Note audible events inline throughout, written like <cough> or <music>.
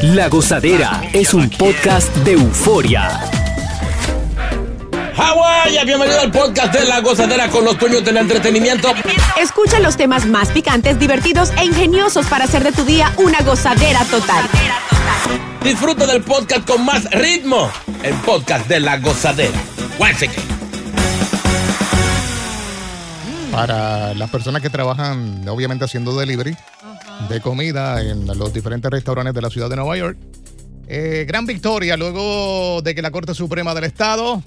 La Gozadera es un podcast de euforia. Hawái, bienvenido al podcast de La Gozadera con los puños del entretenimiento. Escucha los temas más picantes, divertidos e ingeniosos para hacer de tu día una gozadera total. Disfruta del podcast con más ritmo. El podcast de La Gozadera. Guáchate. para las personas que trabajan, obviamente haciendo delivery de comida en los diferentes restaurantes de la ciudad de Nueva York. Eh, gran victoria luego de que la Corte Suprema del Estado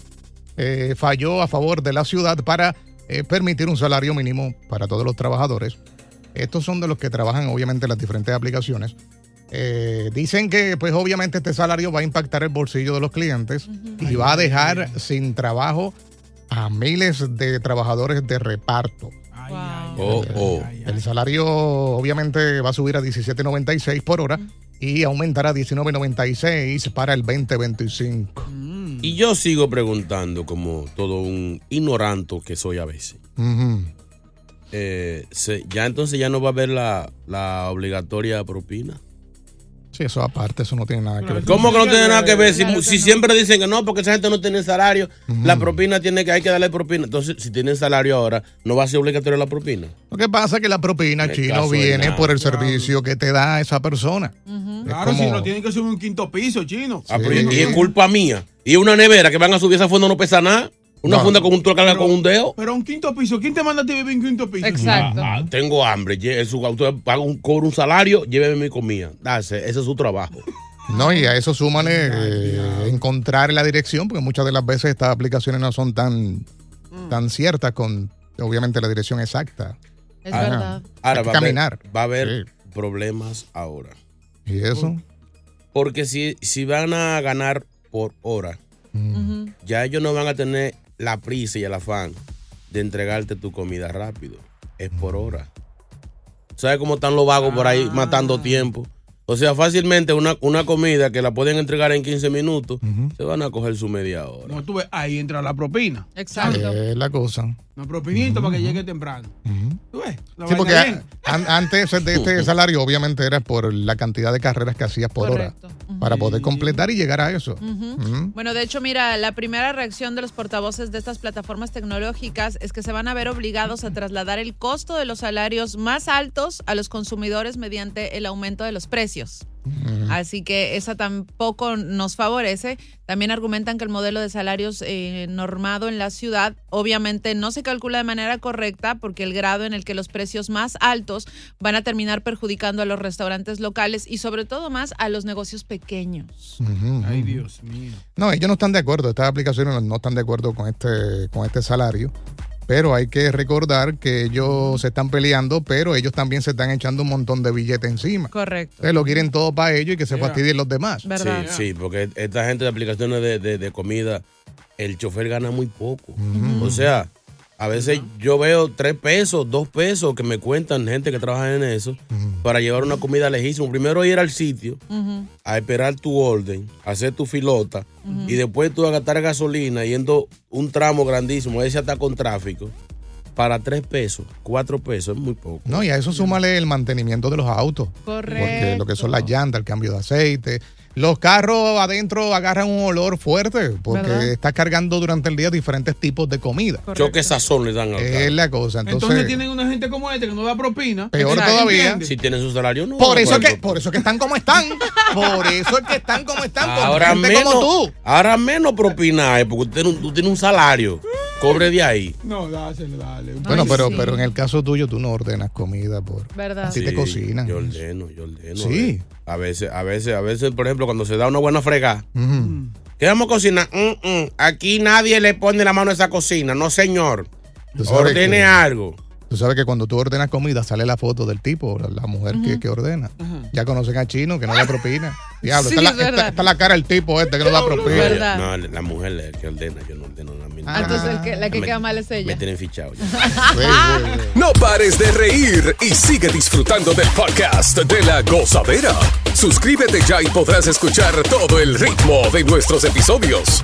eh, falló a favor de la ciudad para eh, permitir un salario mínimo para todos los trabajadores. Estos son de los que trabajan obviamente en las diferentes aplicaciones. Eh, dicen que pues obviamente este salario va a impactar el bolsillo de los clientes y va a dejar sin trabajo a miles de trabajadores de reparto. Oh, oh. El salario obviamente va a subir a 17.96 por hora y aumentará a 19.96 para el 2025. Y yo sigo preguntando, como todo un ignorante que soy a veces. Ujú. Eh, se- ya entonces ya no va a haber la, la obligatoria propina. Sí, eso aparte, eso no tiene nada que ver. ¿Cómo que no tiene nada que ver? Si, si siempre dicen que no, porque esa gente no tiene salario, la propina tiene que, hay que darle propina. Entonces, si tienen salario ahora, ¿no va a ser obligatoria la propina? Lo que pasa es que la propina Me chino caso de viene nada. por el servicio que te da esa persona. Es Claro, si como- lo tienen que subir un quinto piso, chino. Ah, pero y- y es culpa mía. Y una nevera que van a subir esa funda no pesa nada. Una No. funda con un tuerca con un dedo. Pero un quinto piso, ¿quién te manda a ti vivir en quinto piso? Exacto. Ah, tengo hambre. lle- Eso, usted paga un cobro, un salario, lléveme mi comida. Dase, ese es su trabajo. No, y a eso súmale eh, encontrar la dirección, porque muchas de las veces estas aplicaciones no son tan, Mm. tan ciertas con, obviamente, la dirección exacta. Es Ajá. verdad. Hay que Ahora va a haber, caminar. va a haber problemas ahora. ¿Y eso? Porque si, si van a ganar por hora, Ah. Mm. Ujú. ya ellos no van a tener la prisa y el afán de entregarte tu comida rápido. Es por hora. ¿Sabes cómo están los vagos por ahí matando tiempo? O sea, fácilmente una, una comida que la pueden entregar en 15 minutos, se van a coger su media hora. No, tú ves, ahí entra la propina. Exacto. Es la cosa. Una propinita para que llegue temprano. ¿Tú ves? La Sí, vaina porque bien. a- an- antes de este salario obviamente era por la cantidad de carreras que hacías por Correcto. hora, para poder completar y llegar a eso. Ujú. Bueno, de hecho, mira, la primera reacción de los portavoces de estas plataformas tecnológicas es que se van a ver obligados a trasladar el costo de los salarios más altos a los consumidores mediante el aumento de los precios. Así que esa tampoco nos favorece. También argumentan que el modelo de salarios eh, normado en la ciudad obviamente no se calcula de manera correcta porque el grado en el que los precios más altos van a terminar perjudicando a los restaurantes locales y sobre todo más a los negocios pequeños. Ujú. Ay, Dios mío. No, ellos no están de acuerdo, estas aplicaciones no- no están de acuerdo con este, con este salario, pero hay que recordar que ellos se están peleando, pero ellos también se están echando un montón de billetes encima. Correcto. Entonces lo quieren todo para ellos y que se fastidien los demás. Sí, ¿Verdad? sí, porque esta gente de aplicaciones de, de- de comida, el chofer gana muy poco. O sea, a veces yo veo tres pesos, dos pesos que me cuentan gente que trabaja en eso para llevar una comida lejísima. Primero ir al sitio Ujú. a esperar tu orden, hacer tu filota y después tú a gastar gasolina yendo un tramo grandísimo, ese hasta con tráfico. para tres pesos, cuatro pesos, es muy poco. No, y a eso súmale el mantenimiento de los autos. Correcto. Porque lo que son las llantas, el cambio de aceite. Los carros adentro agarran un olor fuerte porque ¿Verdad? estás cargando durante el día diferentes tipos de comida. Correcto. Choque sazón le dan al Es carro. la cosa. Entonces, Entonces, tienen una gente como este que no da propina. Peor Exacto. todavía. ¿Entiendes? Si tienen su salario, no. por, eso es que, ¿cuánto? por eso es que están como están. Por eso es que están como están. por Ahora gente menos, como tú. ahora menos propina hay, porque usted, no- tú tienes un salario. Cobre de ahí. No, dáselo, dale. Un Bueno, Ay, pero, sí. pero en el caso tuyo tú no ordenas comida por... ¿Verdad? Así te cocinan. Yo ordeno, yo ordeno. eh. Sí. A veces, a veces, a veces, por ejemplo, cuando se da una buena fregada, Ujú. ¿qué vamos a cocinar? Mm, mm, Aquí nadie le pone la mano a esa cocina, no señor. Tú sabes Ordene que- algo. Tú sabes que cuando tú ordenas comida sale la foto del tipo, la, la mujer que, que ordena. Ya conocen a Chino que no da <laughs> propina. Diablo, Sí, está, la, es verdad. está- está la cara del tipo este que no da propina. ¿Verdad? No, la mujer es la que ordena, yo no ordeno la mía. Ah, entonces el que- la que Me- queda mal es ella. Me <laughs> tienen fichado ya. Sí, sí, sí. No pares de reír y sigue disfrutando del podcast de la gozadera. Suscríbete ya y podrás escuchar todo el ritmo de nuestros episodios.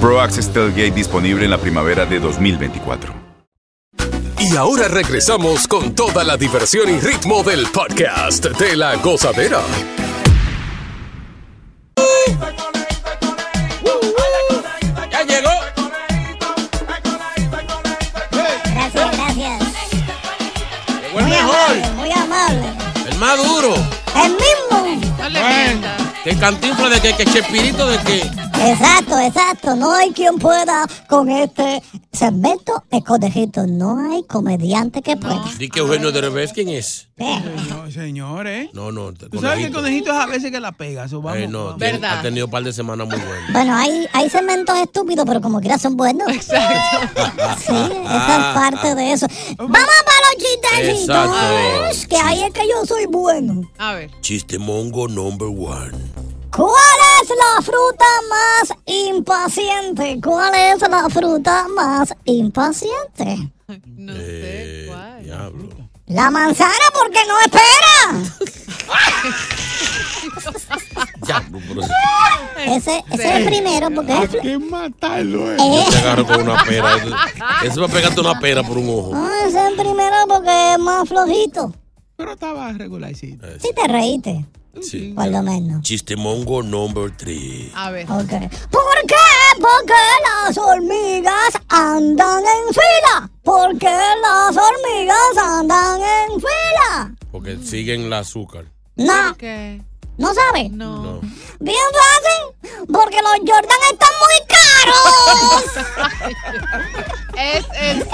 Pro Access Tailgate disponible en la primavera de 2024. Y ahora regresamos con toda la diversión y ritmo del podcast de la gozadera. ¡Ya llegó! Gracias, gracias. ¡Llegó el mejor! Muy amable. ¡El más duro! El mismo. No le mienta. Que cantinfla de que, que chespirito de que. Exacto, exacto. No hay quien pueda con este segmento de conejito. No hay comediante que pueda. Di que Eugenio Derbez, ¿quién es? Ve. Señor, señor, ¿eh? No, no. Tú sabes que el conejito es a veces que la pega. Eso vamos. Eh, no, vamos. tiene- Verdad. ha tenido un par de semanas muy buenas. Bueno, hay, hay segmentos estúpidos, pero como quiera son buenos. Exacto. Sí, esa es parte de eso. Vamos para los chistecitos, Exacto. que ahí es que yo soy bueno. A ver. Chiste mongo number one. ¿Cuál es la fruta más impaciente? ¿Cuál es la fruta más impaciente? <laughs> No Eh, sé cuál. Diablo. La manzana porque no espera. Diablo, pero <laughs> Ese, ese es el primero porque es... fle- Que matarlo, ¿eh? Eh, te agarro con una pera. Eso, eso va a pegarte una pera por un ojo. ah, ese es el primero porque es más flojito. Pero estaba regularcito. Si <laughs> te reíste, Sí. por lo menos. Chiste mongo number three. A ver. Ok. ¿Por qué? Porque las hormigas andan en fila. Porque las hormigas andan en fila. Porque siguen el azúcar. No, ¿Qué? no sabe. No. No. Bien fácil, porque los Jordan están muy caros. <laughs> Es en serio,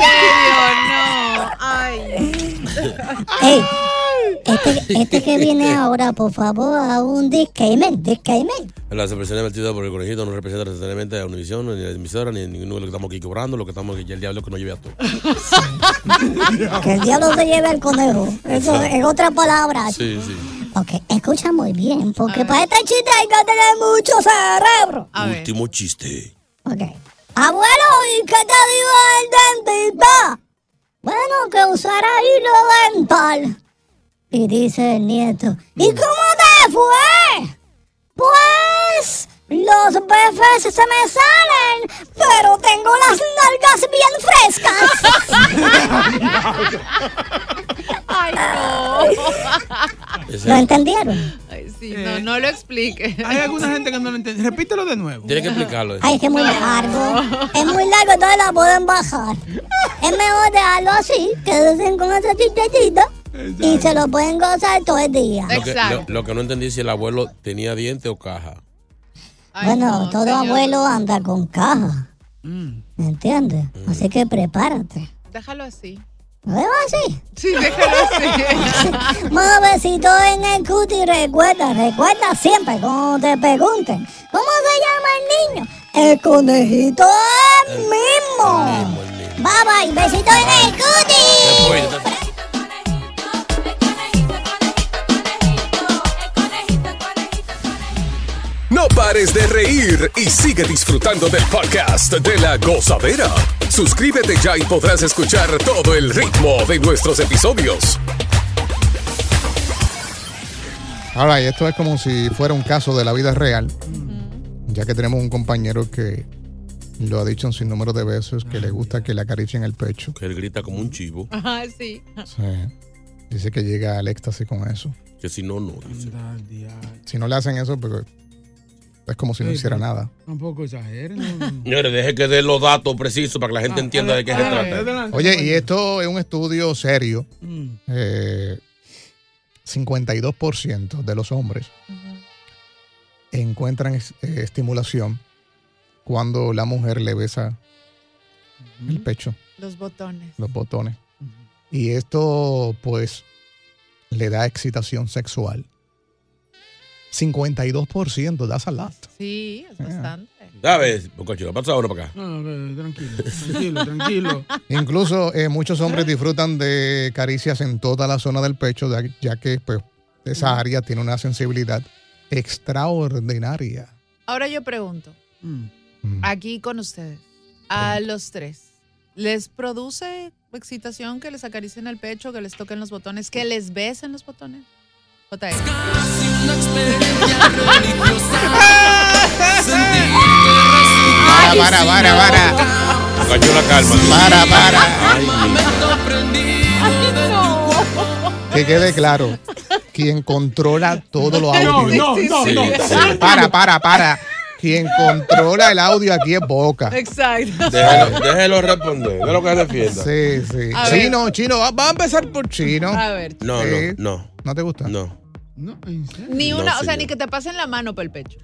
no. Ay. Ey, este, este que viene ahora, por favor, a un disclaimer, <laughs> disclaimer. Las expresiones vertidas por el conejito no representan necesariamente a Univision, ni a la emisora, ni a ninguno de los que estamos aquí cobrando, lo que estamos aquí, el diablo que nos lleve a todo. Que el diablo se lleve al conejo. Eso es otra palabra. Sí, sí. Ok, escucha muy bien, porque para este chiste hay que tener mucho cerebro. A ver. Último chiste. Ok. Abuelo, ¿y qué te dijo el dentista? Bueno, que usara hilo dental. Y dice el nieto, ¿y cómo te fue? Pues los befes se me salen, pero tengo las nalgas bien frescas. Ay, no. Ese- ¿Lo entendieron? Ay, sí, no, no lo explique. Hay alguna gente que no lo entiende. Repítelo de nuevo. Tiene que explicarlo. eso. Ay, es que es muy largo. Es muy largo, entonces la pueden bajar. Es mejor dejarlo así, quédense con ese chistecito y se lo pueden gozar todo el día. Lo que, lo, Exacto. lo que no entendí es si el abuelo tenía diente o caja. Ay, bueno, no, todo señor. Mm. abuelo anda con caja. ¿Me entiendes? Así que prepárate. Déjalo así. ¿No es así? Sí, déjalo así. <laughs> Mavecito en el cuti, recuerda, recuerda siempre cuando te pregunten, ¿cómo se llama el niño? El conejito es mismo. Muy bien. Bye bye, besito en el cuti. Después, yo te- No pares de reír y sigue disfrutando del podcast de la gozadera. Suscríbete ya y podrás escuchar todo el ritmo de nuestros episodios. Ahora, esto es como si fuera un caso de la vida real, ya que tenemos un compañero que lo ha dicho un sinnúmero de veces que le gusta que le acaricien el pecho. Que él grita como un chivo. Ajá, sí. Sí. Dice que llega al éxtasis con eso. Que si no, no. dice. Si no le hacen eso, pues es como si no Sí, hiciera pero- nada. Tampoco exageren. no. Señores, deje que dé los datos precisos para que la gente entienda de qué se Adelante, trata. adelante, Oye, y compañero. esto es un estudio serio. Mm. eh, 52% de los hombres encuentran es- eh, estimulación cuando la mujer le besa el pecho, Los botones. los botones. Y esto, pues, le da excitación sexual. 52% da salado. Sí, es bastante. ¿Sabes? Boca chica, pasa ahora para acá. No, no, no, tranquilo, <laughs> tranquilo, tranquilo. Incluso eh, muchos hombres disfrutan de caricias en toda la zona del pecho, ya- ya que, pues, esa área tiene una sensibilidad extraordinaria. Ahora yo pregunto, Mm. Mm. aquí con ustedes, a los tres, ¿les produce excitación que les acaricien el pecho, que les toquen los botones, que les besen los botones? J.R. <laughs> Para, para, para, para. Boca chica, la calma. Para, para. Ay, Que quede claro. Quien controla todo lo No, audio. no, no, sí, no. sí. Para, para, para. Quien controla el audio aquí es Boca. Exacto. Déjelo, déjelo responder. De lo que se defienda. Sí, sí. A ver. Chino, chino. Va, va a empezar por chino. A ver, No, Sí. no, Eh, ¿No te gusta? no, no. No, en serio. ni No, una, o sea, señor. ni que te pasen la mano por el pecho.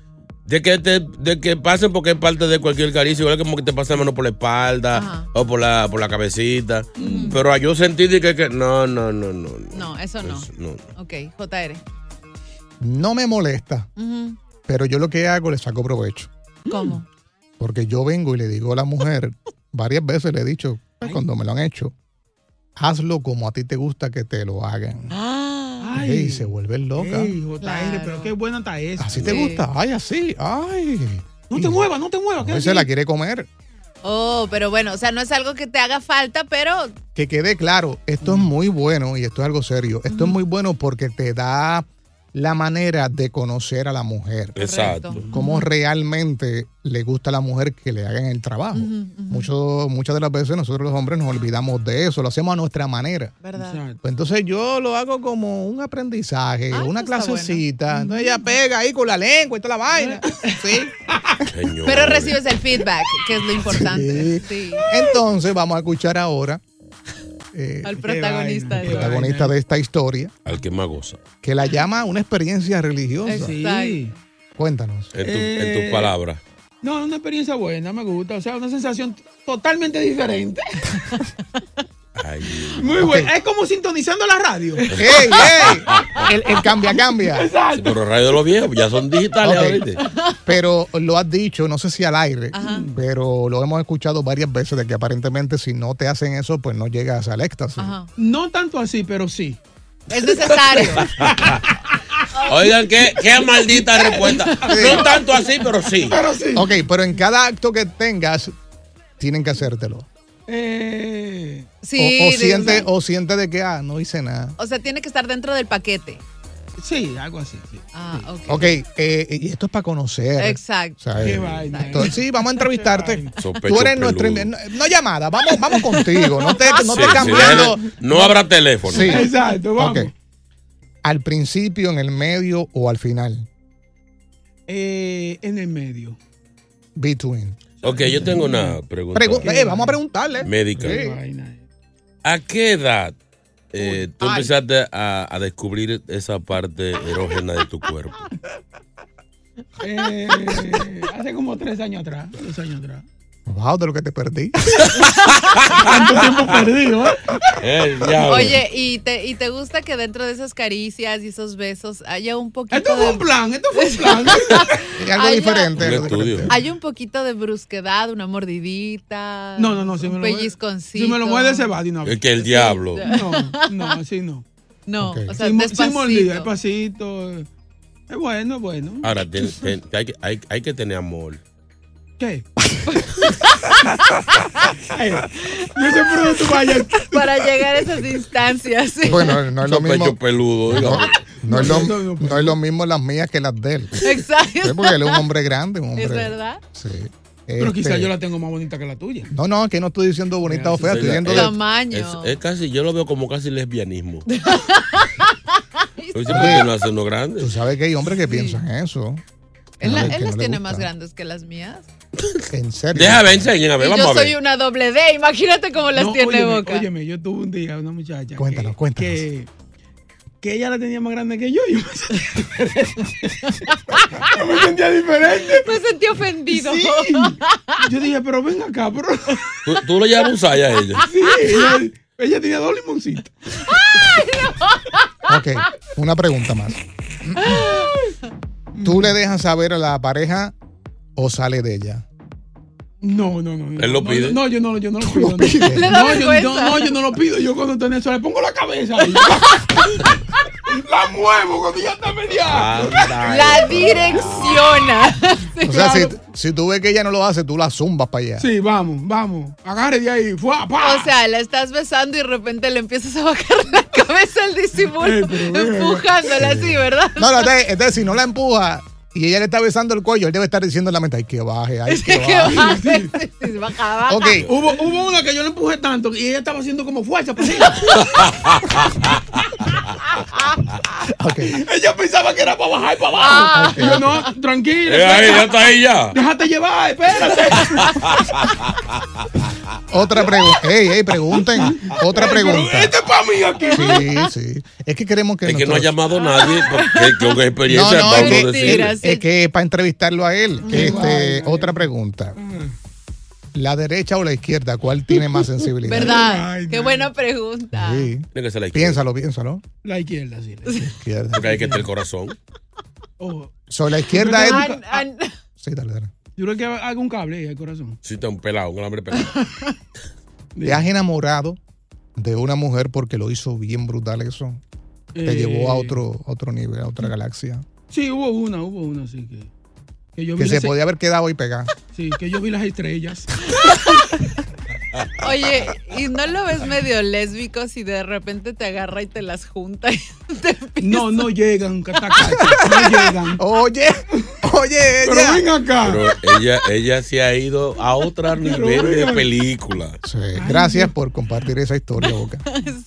De que, te, de que pasen porque es parte de cualquier caricia, igual como que te pasa la mano por la espalda Ajá. Mm. o por la, por la cabecita. Pero a yo sentí de que, que- no, no, no, no. No, eso no. Eso no. Ok, JR. No me molesta, Ujú. pero yo lo que hago le saco provecho. ¿Cómo? Porque yo vengo y le digo a la mujer, <laughs> varias veces le he dicho, pues, cuando me lo han hecho, hazlo como a ti te gusta que te lo hagan. Ay, Y se vuelve loca. Ah. Ey, JR, Claro. pero qué buena está esa. Así te Sí. gusta, ay, así, ay. No te muevas, no te muevas. Hoy quédate se la ahí. quiere comer. Oh, pero bueno, o sea, no es algo que te haga falta, pero Que quede claro, esto es Mm. muy bueno y esto es algo serio. Esto es muy bueno porque te da la manera de conocer a la mujer. Exacto. Correcto. Cómo Mm. realmente le gusta a la mujer que le hagan el trabajo. Mucho- muchas de las veces nosotros los hombres nos olvidamos de eso, lo hacemos a nuestra manera. ¿verdad? Exacto. Pues entonces yo lo hago como un aprendizaje, Ah, una eso está clasecita. Entonces ella pega ahí con la lengua y toda la <laughs> vaina. Sí. Señor. Pero recibes el feedback, que es lo importante. Sí. Entonces vamos a escuchar ahora eh, al Al vaina, protagonista. de- qué vaina. protagonista de esta historia. Al que más goza. que la llama una experiencia religiosa. Eso. Sí. Exacto. Cuéntanos. En, tu, Eh. en tus palabras. No, una experiencia buena, me gusta. O sea, una sensación totalmente diferente. <laughs> Ay, Muy buena. Es como sintonizando la radio. <laughs> ¡Ey, ey! El, el cambia, cambia. sí, pero radio de los viejos, ya son digitales Ok. ahorita. Pero lo has dicho, no sé si al aire, pero lo hemos escuchado varias veces de que aparentemente si no te hacen eso, pues no llegas al éxtasis. Ajá. No tanto así, pero sí. Es necesario. Oigan, qué, qué maldita <laughs> respuesta. <laughs> No tanto así, pero sí. Ok, pero en cada acto que tengas, tienen que hacértelo. O- Eh, Sí. o, de- siente, o siente de que, ah, no hice nada. O sea, tiene que estar dentro del paquete. Sí, algo así. sí. Ah, ok. Ok, eh, y esto es para conocer. Exacto. O sea, Qué eh, vaina. entonces, sí, vamos a entrevistarte. Sospecho Tú eres nuestro peludo. inven- no, no llamada, vamos, vamos contigo. No te, no <laughs> Sí, te sí, cambiando. déjale- no habrá teléfono. Sí. Exacto, vamos. Ok. Al principio, en el medio o al final. Eh, en el medio. Between. Ok, yo tengo una pregunta. Pregu- eh, vamos a preguntarle. Médica. Qué Sí. vaina. ¿A qué edad eh, tú Ay. empezaste a, a descubrir esa parte erógena de tu <laughs> cuerpo? Eh, hace como tres años atrás. Dos años atrás. Wow, de lo que te <laughs> perdí. Tanto tiempo perdido, ¿eh? Eh, diablo. Oye, ¿y te, ¿y te gusta que dentro de esas caricias y esos besos haya un poquito Esto fue un de... plan, esto fue un <laughs> plan. Y algo Ay, <laughs> diferente. Un algo estudio. diferente. Hay un poquito de brusquedad, una mordidita. No, no, no. Si me un lo pellizconcito. Si me lo muerde, se va de una Es vez. que el diablo. No, no, así no. No, Ok. o sea, Sin mo- sin mordida, despacito. despacito. eh. Es bueno, es bueno. Ahora, <laughs> te- te- te hay, que, hay- hay que tener amor. ¿Qué? Ay, no sé por dónde tú vayas. Para llegar a esas instancias. sí. <laughs> Bueno, no es lo Sospecho mismo. peludo. No, diga. no es lo, <laughs> No, no, no, no es lo mismo las mías que las de él. Sí, <laughs> Exacto. pues, Porque él es un hombre grande, un hombre. Es verdad. Sí. Pero quizás Este, yo la tengo más bonita que la tuya. No, no, que no estoy diciendo bonita o fea, Sí, estoy la- diciendo eh, de- Tamaño. Es, es casi, yo lo veo como casi lesbianismo. Oye, ¿por qué no hace uno grande? Tú sabes que hay hombres que piensan eso. Él, la- Ay, él que no las le tiene gusta. más grandes que las mías. En serio. Deja ver, enseñen, a ver, Y vamos yo a ver. soy una doble D. Imagínate cómo las No, tiene óyeme, boca. Óyeme, yo tuve un día una muchacha. Cuéntanos, que, cuéntanos. Que, que ella la tenía más grande que yo. Y yo me sentía diferente. <laughs> Yo me sentía diferente. Me sentí ofendido. Sí. Yo dije, pero ven acá, bro. Tú, tú lo llevas a un saya a ella. Sí, ella, ella tenía dos limoncitos. Ok, una pregunta más. ¿Tú le dejas saber a la pareja o sale de ella? No, no, no. no. ¿Él lo No, pide? No, yo no, yo no lo pido. no. pides? Le da No, yo, vergüenza. no, no, yo no lo pido. Yo cuando estoy en eso le pongo la cabeza. ahí. la muevo cuando ya está media. eh. La direcciona. Sí. O sea, si, si tú ves que ella no lo hace, tú la zumbas para allá. Sí, vamos, vamos. Agarre de ahí. Fuá, pa. O sea, la estás besando y de repente le empiezas a bajar la cabeza al disimulo, Eh, pero mira, empujándola así, ¿verdad? No, no, eh. entonces, entonces, si no la empuja y ella le está besando el cuello, él debe estar diciendo en la mente, ay, que baje, <laughs> ay, que Que baje. baja, sí, sí, baja, baja. Ok, Hubo, hubo una que yo le empujé tanto y ella estaba haciendo como fuerza. para arriba. ok. ella pensaba que era para bajar y para Ah. abajo. Y yo, no, <laughs> tranquila. Eh, ahí, ya está ahí ya. Déjate llevar, espérate. Otra pregunta. Ey, ey, pregunten. Otra pregunta. Este es para mí aquí. Sí, sí. Es que queremos que Es que no ha nosotros- llamado nadie porque que una experiencia No, no, para uno es que- decirle. Mentiras. Es que para entrevistarlo a él. Este, vaina. otra pregunta. ¿La derecha o la izquierda? ¿Cuál tiene <laughs> más sensibilidad? ¿Verdad? Ay, Qué no. buena pregunta. Sí. Tiene que ser la izquierda, Piénsalo, piénsalo. La izquierda, sí. la izquierda. Izquierda. Porque hay que tener el corazón. Ojo, Ah, So, la izquierda es. An- an- Sí, dale, dale. yo creo que hago un cable ahí al corazón. Si está un pelado, un hombre pelado. ¿Te has enamorado de una mujer porque lo hizo bien brutal eso? Te Eh, llevó a otro, a otro nivel, a otra galaxia. Sí, hubo una, hubo una, sí que. Que yo vi, Que se las, podía haber quedado y pegado. sí, que yo vi las estrellas. Oye, ¿y no lo ves medio lésbico si de repente te agarra y te las junta? <laughs> y te empieza- No, no llegan, catacacha. No llegan. <laughs> Oye, oye, Pero ella. ven acá. Pero ella, ella se ha ido a otro nivel de película. Sí, gracias por compartir esa historia, <laughs> Boca.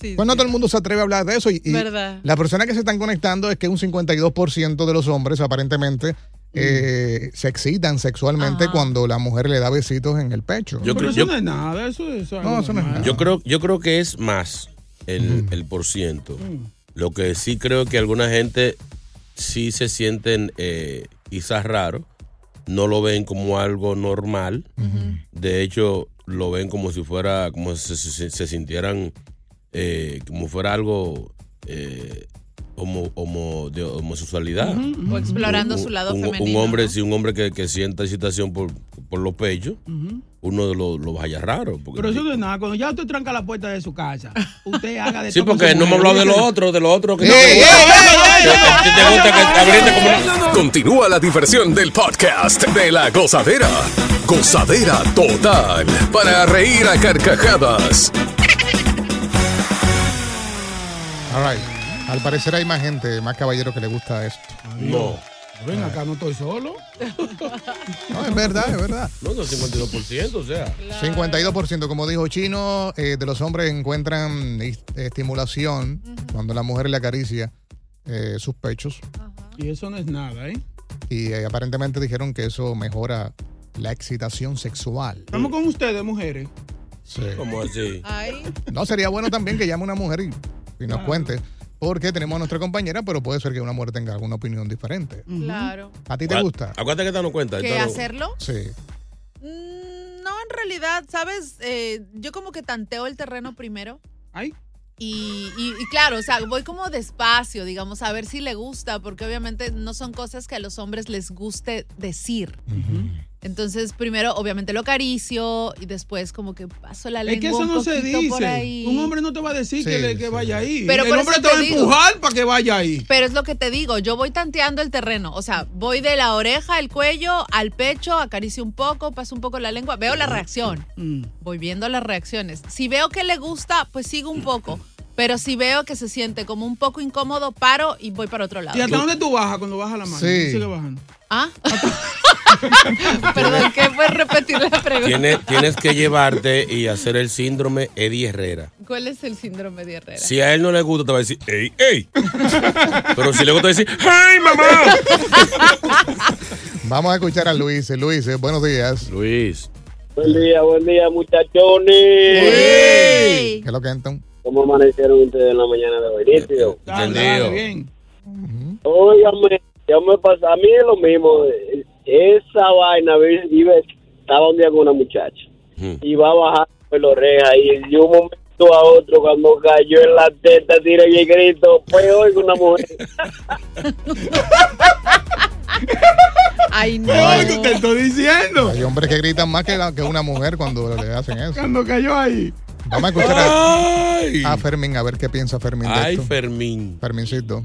Sí, Pues no todo el mundo se atreve a hablar de eso. Y, y Verdad. la persona que se están conectando es que un 52% de los hombres aparentemente Mm. eh, se excitan sexualmente cuando la mujer le da besitos en el pecho. Yo Pero creo, eso yo, no es nada, eso, eso es No, algo eso no es normal. nada. yo creo, yo creo que es más el, el por ciento. Lo que sí creo que alguna gente sí se sienten eh, quizás raro, no lo ven como algo normal. De hecho, lo ven como si fuera, como si se, se- se sintieran, eh, como fuera algo eh, homo- homo- de homosexualidad. O explorando un- su lado un- femenino. Un hombre, ¿no? sí, un hombre que, que sienta excitación por, por los pechos, uno lo, lo vaya raro. porque- Pero eso no es nada. Cuando ya usted tranca la puerta de su casa, usted haga eh, de sí, todo con porque su no me ha mujer. hablado de lo Olvídese- otro, de lo otro. Que ¡Ey, no te ey, gusta. ey, ey, <laughs> ey! Que te- te gusta que te abriste como una- Continúa la diversión del podcast de la gozadera. Gozadera total. Para reír a carcajadas. All right. A Al parecer hay más gente, más caballeros que le gusta esto. <laughs> No. Ven acá, no estoy solo. No, es verdad, es verdad. No, no, 52%, o sea. 52%, como dijo Chino, eh, de los hombres encuentran est- estimulación cuando la mujer le acaricia eh, sus pechos. Y eso no es nada, ¿eh? Y eh, aparentemente dijeron que eso mejora la excitación sexual. Estamos con ustedes, mujeres. Sí. ¿Cómo así? Ay, No, sería bueno también que llame una mujer y, y nos cuente. Porque tenemos a nuestra compañera, pero puede ser que una mujer tenga alguna opinión diferente. claro. ¿A ti te gusta? Acuérdate que te no cuenta. ¿Qué esta no- hacerlo? Sí. Mm, No, en realidad, ¿sabes? Eh, yo como que tanteo el terreno primero. Ay, Y, y- y claro, o sea, voy como despacio, digamos, a ver si le gusta, porque obviamente no son cosas que a los hombres les guste decir. Entonces, primero, obviamente lo acaricio y después como que paso la lengua es que eso un no se poquito por dice. ahí. Un hombre no te va a decir que, Sí, le- que sí. vaya ahí. Pero el por hombre eso te va te a digo. empujar para que vaya ahí. Pero es lo que te digo, yo voy tanteando el terreno, o sea, voy de la oreja, el cuello, al pecho, acaricio un poco, paso un poco la lengua, veo la reacción, voy viendo las reacciones. Si veo que le gusta, pues sigo un poco, pero si veo que se siente como un poco incómodo, paro y voy para otro lado. ¿Y hasta dónde tú bajas cuando bajas la mano? Sí. <laughs> Sigue bajando. ¿Ah? <laughs> Perdón, que puedes repetir la pregunta. <laughs> Tienes, tienes que llevarte y hacer el síndrome Eddie Herrera. ¿Cuál es el síndrome de Herrera? Si a él no le gusta, te va a decir, ¡ey, <laughs> ey! Pero si le gusta, decir, ¡hey, mamá! Vamos a escuchar a Luis. Eh, Luis, eh, buenos días. Luis. Buen día, buen día, muchachones. ¡Ey! ¿Qué es lo que entonces? ¿Cómo amanecieron ustedes en la mañana de hoy? Nítido. Dale, Entendido. dale, bien. Óigame, yo me pasa, a mí es lo mismo. Esa vaina, vi- vive, estaba un día con una muchacha. Hmm. Y va a bajar por la oreja y de un momento a otro, cuando cayó en la teta, tira y el grito, peor que una mujer. Ay, no. Ay, ¿qué te estoy diciendo? Hay hombres que gritan más que, la- que una mujer cuando le hacen eso. Cuando cayó ahí. Vamos a escuchar a, ¡Ay! a Fermín, a ver qué piensa Fermín de ¡Ay, esto. Fermín! Fermincito.